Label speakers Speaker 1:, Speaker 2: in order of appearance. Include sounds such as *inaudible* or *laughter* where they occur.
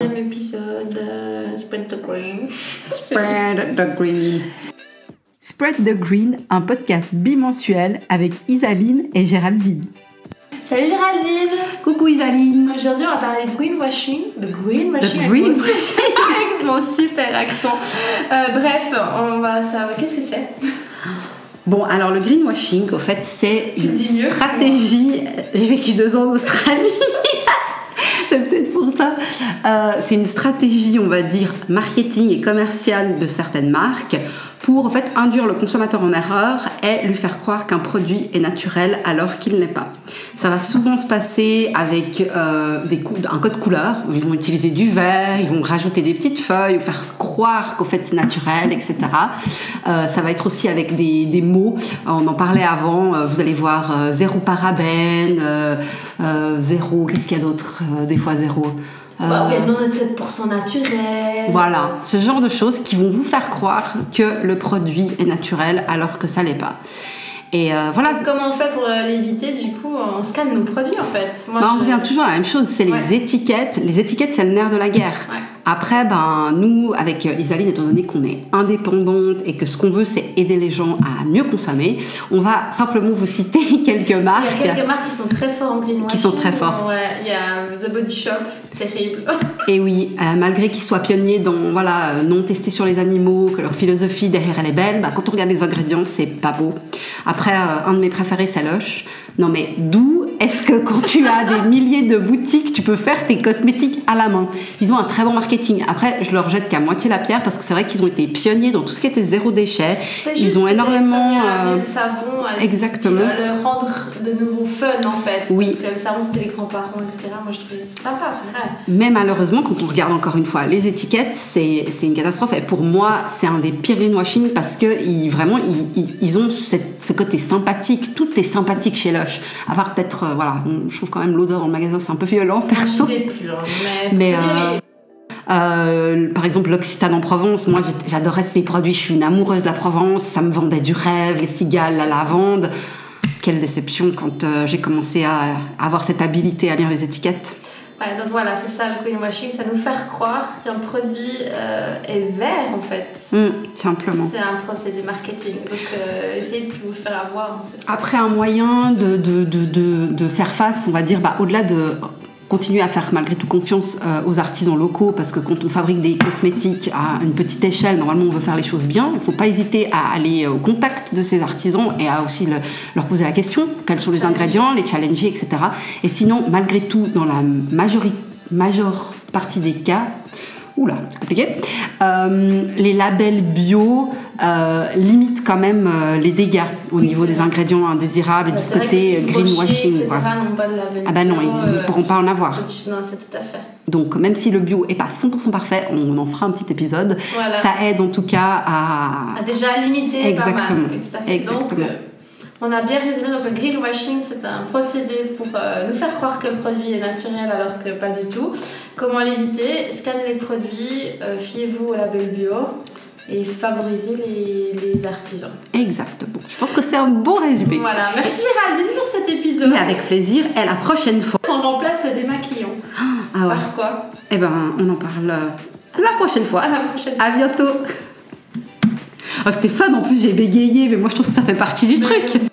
Speaker 1: Deuxième épisode, euh, Spread the
Speaker 2: *laughs*
Speaker 1: Cream.
Speaker 2: Spread the green.
Speaker 3: Spread the Green, un podcast bimensuel avec Isaline et Géraldine.
Speaker 1: Salut Géraldine
Speaker 2: Coucou Isaline.
Speaker 1: Aujourd'hui, on va parler de greenwashing. De greenwashing. avec
Speaker 2: green-
Speaker 1: mon- *laughs* Avec mon super accent. Euh, bref, on va savoir qu'est-ce que c'est.
Speaker 2: Euh, Bon, alors le greenwashing, au fait, c'est
Speaker 1: Tu le
Speaker 2: une
Speaker 1: dis mieux que
Speaker 2: stratégie. J'ai vécu deux ans en Australie. *laughs* c'est peut-être pour ça. Euh, c'est une stratégie, on va dire, marketing et commerciale de certaines marques pour, en fait, induire le consommateur en erreur et lui faire croire qu'un produit est naturel alors qu'il ne l'est pas. Ça va souvent se passer avec euh, des cou- un code couleur. où Ils vont utiliser du vert, ils vont rajouter des petites feuilles, ou faire croire qu'au fait c'est naturel, etc. Euh, ça va être aussi avec des, des mots. On en parlait avant. euh, vous allez voir euh, zéro parabène, euh, euh, zéro. Qu'est-ce qu'il y a d'autre euh, Des fois zéro. Euh,
Speaker 1: Bah ouais, 97% naturel.
Speaker 2: voilà, ce genre de choses qui vont vous faire croire que le produit est naturel alors que ça l'est pas. Et euh, voilà,
Speaker 1: Comment on fait pour euh, l'éviter Du coup, on scanne nos produits en fait. Moi,
Speaker 2: Bah, on
Speaker 1: je-
Speaker 2: revient toujours à la même chose, c'est
Speaker 1: Ouais.
Speaker 2: les étiquettes. Les étiquettes, c'est le nerf de la guerre.
Speaker 1: Ouais.
Speaker 2: Après, ben, nous, avec euh, Isaline, étant donné qu'on est indépendante et que ce qu'on veut, c'est aider les gens à mieux consommer, on va simplement vous citer *laughs* quelques marques.
Speaker 1: Il y a quelques marques qui sont très fortes en greenwashing.
Speaker 2: Qui sont très fortes.
Speaker 1: Ouais, il y a euh, The Body Shop, terrible.
Speaker 2: Et oui, euh, malgré qu'ils soient pionniers dans voilà, euh, non testé sur les animaux, que leur philosophie derrière elle est belle, bah, quand on regarde les ingrédients, c'est pas beau. Après, euh, un de mes préférés, c'est Lush. Non mais d'où est-ce que quand tu as des milliers de boutiques, tu peux faire tes cosmétiques à la main Ils ont un très bon marketing. Après, je leur jette qu'à moitié la pierre parce que c'est vrai qu'ils ont été pionniers dans tout ce qui était zéro déchet.
Speaker 1: C'est juste
Speaker 2: Ils ont
Speaker 1: les
Speaker 2: énormément...
Speaker 1: premiers à amener
Speaker 2: euh,
Speaker 1: le savon, à-
Speaker 2: exactement.
Speaker 1: à euh, le rendre de nouveau fun en fait.
Speaker 2: Oui.
Speaker 1: Parce que le savon c'était les grands-parents, etc. Moi je trouvais ça sympa, c'est vrai.
Speaker 2: Mais malheureusement, quand on regarde encore une fois les étiquettes, c'est c'est une catastrophe. Et pour moi, c'est un des pires greenwashing parce que ils, vraiment, ils, ils- ils ont cette- ce côté sympathique. Tout est sympathique chez Lush. À part peut-être, euh, voilà, on- je trouve quand même l'odeur dans le magasin, c'est un peu violent, perso.
Speaker 1: Je suis des purs, hein, mais.
Speaker 2: Ah, Mais,
Speaker 1: je veux dire, oui.
Speaker 2: Euh, par exemple, l'Occitane en Provence, moi j'ai- j'adorais ces produits. Je suis une amoureuse de la Provence, ça me vendait du rêve, les cigales, la lavande. Quelle déception quand euh, j'ai commencé à avoir cette habilité à lire les étiquettes.
Speaker 1: Ouais, donc voilà, c'est ça le greenwashing, ça nous faire croire qu'un produit euh, est vert en fait.
Speaker 2: Hum, simplement.
Speaker 1: C'est un procédé marketing, donc euh, essayez de plus vous faire avoir. En fait.
Speaker 2: Après, un moyen de, de, de, de, de faire face, on va dire, bah, au-delà de continuer à faire malgré tout confiance euh, aux artisans locaux, parce que quand on fabrique des cosmétiques à une petite échelle, normalement on veut faire les choses bien. Il ne faut pas hésiter à aller au contact de ces artisans et à aussi le- leur poser la question, quels sont les
Speaker 1: Challenger.
Speaker 2: ingrédients, les challenger, etc. Et sinon, malgré tout, dans la majorité, majeure partie des cas, Oula, compliqué. Euh, les labels bio euh, limitent quand même euh, les dégâts au
Speaker 1: Oui,
Speaker 2: niveau
Speaker 1: c'est
Speaker 2: des ingrédients indésirables et
Speaker 1: Bah,
Speaker 2: du
Speaker 1: c'est vrai
Speaker 2: côté euh,
Speaker 1: que les
Speaker 2: greenwashing.
Speaker 1: brochets,
Speaker 2: quoi.
Speaker 1: etc., n'ont pas de label
Speaker 2: Ah bah non,
Speaker 1: bio,
Speaker 2: ils ne
Speaker 1: euh,
Speaker 2: pourront pas en avoir.
Speaker 1: Non, c'est tout à fait.
Speaker 2: Donc même si le bio est pas 100% parfait, on en fera un petit épisode.
Speaker 1: Voilà.
Speaker 2: Ça aide en tout cas à...
Speaker 1: a déjà limité pas
Speaker 2: Exactement.
Speaker 1: mal. Tout à fait. Donc,
Speaker 2: Exactement.
Speaker 1: euh, on a bien résumé. Donc, le greenwashing, c'est un procédé pour euh, nous faire croire que le produit est naturel alors que pas du tout. Comment l'éviter Scannez les produits, euh, fiez-vous au label bio et favorisez les, les artisans.
Speaker 2: Exactement. Je pense que c'est un bon résumé.
Speaker 1: Voilà. Merci Géraldine pour cet épisode.
Speaker 2: Mais avec plaisir et à la prochaine fois.
Speaker 1: On remplace le démaquillant.
Speaker 2: Ah ouais.
Speaker 1: Par quoi
Speaker 2: Eh ben, on en parle euh, la prochaine fois.
Speaker 1: À la prochaine.
Speaker 2: À Oh, bientôt. Ah, C'était fun en plus, j'ai bégayé, mais moi je trouve que ça fait partie du truc.